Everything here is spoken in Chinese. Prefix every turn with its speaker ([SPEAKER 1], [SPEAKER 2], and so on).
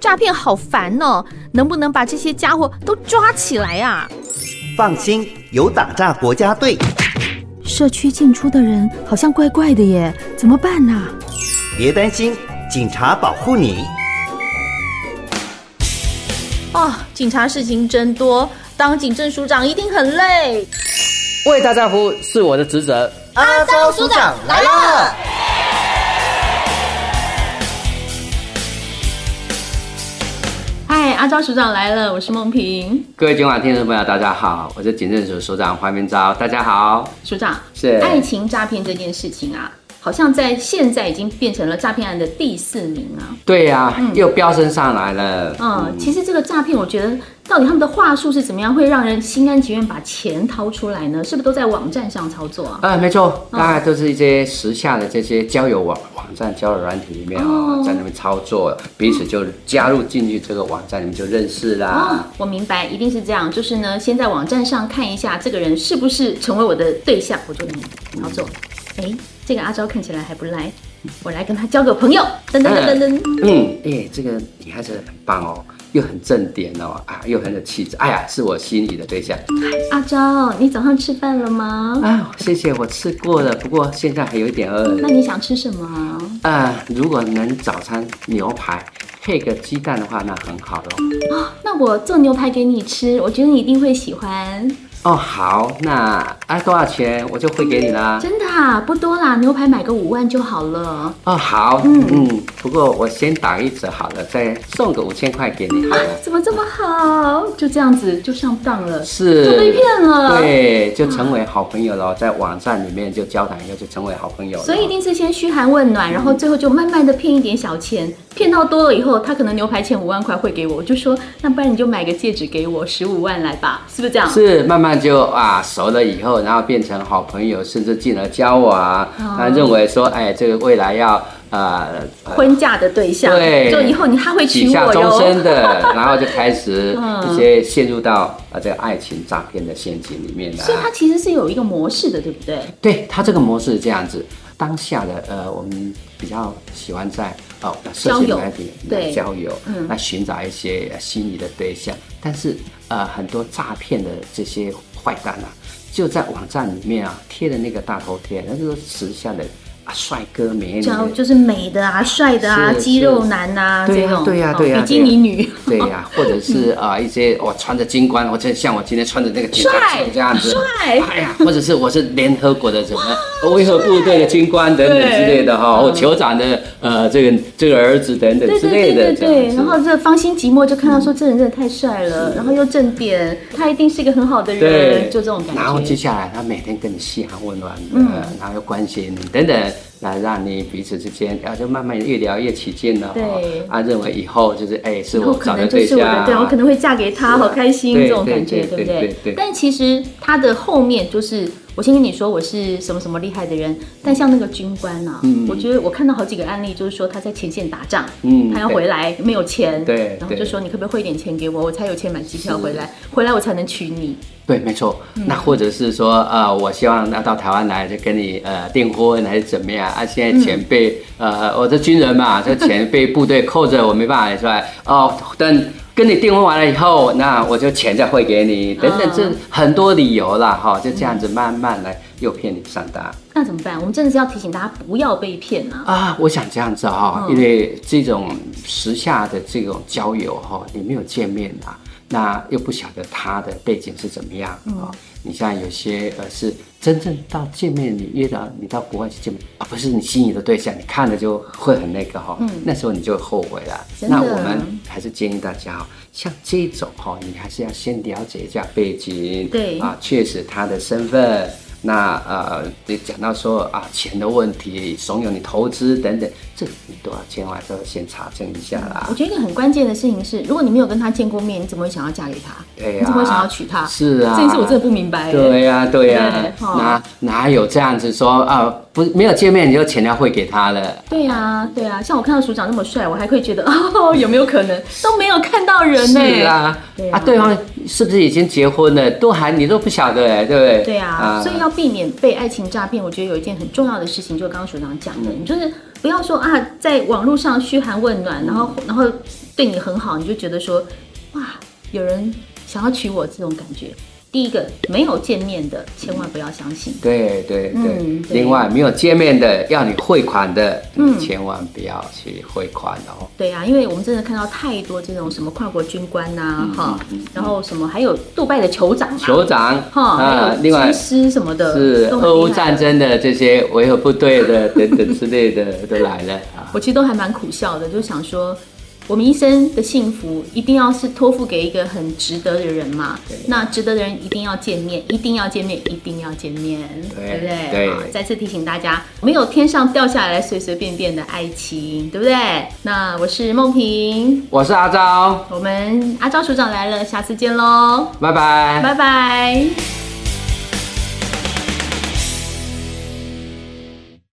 [SPEAKER 1] 诈骗好烦哦，能不能把这些家伙都抓起来啊？
[SPEAKER 2] 放心，有打诈国家队。
[SPEAKER 3] 社区进出的人好像怪怪的耶，怎么办呐、
[SPEAKER 2] 别担心，警察保护你。
[SPEAKER 1] 哦，警察事情真多，当警政署长一定很累。
[SPEAKER 4] 为大家服务是我的职责。
[SPEAKER 2] 阿
[SPEAKER 1] 昭署长来了。嗨，阿昭署长来了，我是梦萍
[SPEAKER 4] 各位今晚听众朋友，大家好，我是警政署署长黄明昭，大家好。
[SPEAKER 1] 署长。
[SPEAKER 4] 是
[SPEAKER 1] 爱情诈骗这件事情啊，好像在现在已经变成了诈骗案的第四名啊。
[SPEAKER 4] 对呀、又飙升上来了。
[SPEAKER 1] 嗯，其实这个诈骗，我觉得到底他们的话术是怎么样，会让人心甘情愿把钱掏出来呢？是不是都在网站上操作啊？
[SPEAKER 4] 呃，没错，大概都是一些时下的这些交友网网站、交友软体里面啊、
[SPEAKER 1] 哦
[SPEAKER 4] 在那边操作，彼此就加入进去这个网站里面就认识
[SPEAKER 1] 哦
[SPEAKER 4] 啦。，
[SPEAKER 1] 我明白，一定是这样。就是呢，先在网站上看一下这个人是不是成为我的对象，我就能操作。哎、这个阿昭看起来还不赖，我来跟他交个朋友。噔噔噔噔噔，
[SPEAKER 4] 嗯，哎、这个女孩子很棒哦，又很正点哦，啊，又很有气质，哎呀，是我心仪的对象
[SPEAKER 1] 阿昭，你早上吃饭了吗？
[SPEAKER 4] 啊。谢谢，我吃过了，不过现在还有一点饿。
[SPEAKER 1] 那你想吃什么？
[SPEAKER 4] 呃，如果能早餐牛排配个鸡蛋的哦话，那很好喽。
[SPEAKER 1] 那我做牛排给你吃，我觉得你一定会喜欢。
[SPEAKER 4] 哦，好，那啊多少钱我就汇给你啦。
[SPEAKER 1] 真的啊，不多啦，牛排买个五万就好了。
[SPEAKER 4] 哦，好，
[SPEAKER 1] 嗯
[SPEAKER 4] 嗯嗯，不过我先打一折好了，再送个五千块给你好了。
[SPEAKER 1] 怎么这么好？就这样子就上当了，
[SPEAKER 4] 是，
[SPEAKER 1] 就被骗了。，
[SPEAKER 4] 对，就成为好朋友了，在网站里面就交谈一下，就成为好朋友了。
[SPEAKER 1] 所以一定是先嘘寒问暖，然后最后就慢慢的骗一点小钱，骗到多了以后，他可能牛排钱五万块汇给我，我就说，那不然你就买个戒指给我，十五万来吧，是不是这样？
[SPEAKER 4] 是慢慢就啊熟了以后，然后变成好朋友，甚至进而交往。
[SPEAKER 1] 哦
[SPEAKER 4] 他、认为说，哎，这个未来要呃
[SPEAKER 1] 婚嫁的对象，
[SPEAKER 4] 对
[SPEAKER 1] 就以后你他会娶
[SPEAKER 4] 许下
[SPEAKER 1] 我
[SPEAKER 4] 终
[SPEAKER 1] 哟。
[SPEAKER 4] 身的，然后就开始
[SPEAKER 1] 嗯
[SPEAKER 4] 一些陷入到啊这个爱情诈骗的陷阱里面了。
[SPEAKER 1] 所以它其实是有一个模式的，对不对？
[SPEAKER 4] 对他这个模式是这样子，当下的呃，我们比较喜欢在哦社
[SPEAKER 1] 交
[SPEAKER 4] 群
[SPEAKER 1] 友
[SPEAKER 4] 媒体
[SPEAKER 1] 对
[SPEAKER 4] 来交友
[SPEAKER 1] 嗯，
[SPEAKER 4] 来寻找一些呃心仪的对象。但是呃，很多诈骗的这些坏蛋啊，就在网站里面啊贴的那个大头贴，那就是时下的啊帅哥美女
[SPEAKER 1] 然。后就是美的啊、帅的啊、
[SPEAKER 4] 是
[SPEAKER 1] 肌肉男呐、
[SPEAKER 4] 对
[SPEAKER 1] 这
[SPEAKER 4] 呀
[SPEAKER 1] 种，
[SPEAKER 4] 对呀
[SPEAKER 1] 哦
[SPEAKER 4] 对呀
[SPEAKER 1] 比基尼女，
[SPEAKER 4] 对呀、或者是啊、一些我穿着军官，我就像我今天穿的那个警察
[SPEAKER 1] 帅
[SPEAKER 4] 服这样子，
[SPEAKER 1] 帅
[SPEAKER 4] 哎呀，或者是我是联合国的什么维和部队的军官等等之类的哈，
[SPEAKER 1] 嗯
[SPEAKER 4] 我酋长的呃这个这个儿子等等
[SPEAKER 1] 对
[SPEAKER 4] 之
[SPEAKER 1] 对对
[SPEAKER 4] 类的
[SPEAKER 1] 对
[SPEAKER 4] 这
[SPEAKER 1] 对，
[SPEAKER 4] 样
[SPEAKER 1] 然后
[SPEAKER 4] 子。
[SPEAKER 1] 这芳心寂寞就看到说这人真的太帅了，然后又正点，他一定是一个很好的人，就这种感
[SPEAKER 4] 然后接
[SPEAKER 1] 觉。嗯
[SPEAKER 4] 下来他每天跟你嘘寒问暖的，呃然后又关心你等等，来让你彼此之间，然后就慢慢越聊越起劲了哈
[SPEAKER 1] 对。
[SPEAKER 4] 啊，认为以后就是哎是
[SPEAKER 1] 以后
[SPEAKER 4] 我
[SPEAKER 1] 可
[SPEAKER 4] 找
[SPEAKER 1] 能
[SPEAKER 4] 的
[SPEAKER 1] 就
[SPEAKER 4] 对
[SPEAKER 1] 是我的，
[SPEAKER 4] 象，
[SPEAKER 1] 对我可能会嫁给他，
[SPEAKER 4] 是
[SPEAKER 1] 好
[SPEAKER 4] 啊
[SPEAKER 1] 开心
[SPEAKER 4] 对
[SPEAKER 1] 这种感觉，
[SPEAKER 4] 对
[SPEAKER 1] 对不
[SPEAKER 4] 对
[SPEAKER 1] 对
[SPEAKER 4] 对对？
[SPEAKER 1] 但其实他的后面就是，我先跟你说我是什么什么厉害的人，但像那个军官啊，我觉得我看到好几个案例，就是说他在前线打仗，
[SPEAKER 4] 嗯
[SPEAKER 1] 他要
[SPEAKER 4] 对
[SPEAKER 1] 回来没有钱，
[SPEAKER 4] 对
[SPEAKER 1] 然后就
[SPEAKER 4] 对
[SPEAKER 1] 说你可不可以汇一点钱给我，我才有钱买机票回来，回来我才能娶你。
[SPEAKER 4] 对，没错。那或者是说，呃，我希望那到台湾来就跟你呃订婚还是怎么样啊？现在钱被、呃我这军人嘛，这钱被部队扣着，我没办法拿出来。哦，等跟你订婚完了以后，那我就钱再汇给你，等等，这很多理由啦，哈、就这样子慢慢来诱骗你上当。
[SPEAKER 1] 那怎么办？我们真的是要提醒大家不要被骗啊！
[SPEAKER 4] 啊，我想这样子哈、
[SPEAKER 1] 嗯
[SPEAKER 4] 因为这种时下的这种交友哈、你没有见面啊，那又不晓得他的背景是怎么样啊、
[SPEAKER 1] 嗯
[SPEAKER 4] 你像有些呃是真正到见面，你约到你到国外去见面啊，不是你心仪的对象，你看了就会很那个哈、那时候你就会后悔了。
[SPEAKER 1] 嗯真的
[SPEAKER 4] 那我们还是建议大家哈、像这种哈、你还是要先了解一下背景，
[SPEAKER 1] 对
[SPEAKER 4] 啊，确实他的身份。那呃，就讲到说啊，钱的问题，怂恿你投资等等，这个你都要千万都要先查证一下啦
[SPEAKER 1] 我。觉得一个很关键的事情是，如果你没有跟他见过面，你怎么会想要嫁给他？
[SPEAKER 4] 哎对呀、啊
[SPEAKER 1] 你怎么会想要娶她
[SPEAKER 4] 是啊，
[SPEAKER 1] 这件事我真的不明白耶欸
[SPEAKER 4] 对呀、对呀、
[SPEAKER 1] 对哦
[SPEAKER 4] 哪哪有这样子说啊？不，没有见面你就钱要汇给他了。
[SPEAKER 1] 对呀、对呀、像我看到署长那么帅，我还会觉得哦，有没有可能都没有看到人呢、
[SPEAKER 4] 是啊，
[SPEAKER 1] 对啊
[SPEAKER 4] 啊，对方是不是已经结婚了？都还你都不晓得哎，对不对？
[SPEAKER 1] 啊
[SPEAKER 4] 嗯
[SPEAKER 1] 对啊，所以要避免被爱情诈骗，我觉得有一件很重要的事情，就是刚刚署长讲的，你就是不要说啊，在网络上嘘寒问暖，然后然后对你很好，你就觉得说，哇，有人想要娶我这种感觉。第一个没有见面的，千万不要相信。
[SPEAKER 4] 对对对，
[SPEAKER 1] 嗯对嗯
[SPEAKER 4] 另外没有见面的要你汇款的，你千万不要去汇款哦。
[SPEAKER 1] 对呀、因为我们真的看到太多这种什么跨国军官呐、
[SPEAKER 4] 嗯
[SPEAKER 1] 哈、
[SPEAKER 4] 嗯嗯
[SPEAKER 1] 然后什么还有杜拜的酋长、啊，
[SPEAKER 4] 酋长啊
[SPEAKER 1] 哈，还有
[SPEAKER 4] 另外
[SPEAKER 1] 军师什么的，
[SPEAKER 4] 是
[SPEAKER 1] 都很厉害
[SPEAKER 4] 俄乌战，争的这些维和部队的等等之类的都来了啊。
[SPEAKER 1] 我其实都还蛮苦笑的，就想说，我们一生的幸福一定要是托付给一个很值得的人嘛
[SPEAKER 4] 对。
[SPEAKER 1] 那值得的人一定要见面，一定要见面，一定要见面，
[SPEAKER 4] 对
[SPEAKER 1] 不对？
[SPEAKER 4] 对
[SPEAKER 1] 好再次提醒大家，没有天上掉下来随随便便的爱情，对不对？那我是梦萍，
[SPEAKER 4] 我是阿昭，
[SPEAKER 1] 我们阿昭署长来了，下次见喽，
[SPEAKER 4] 拜拜
[SPEAKER 1] 拜拜。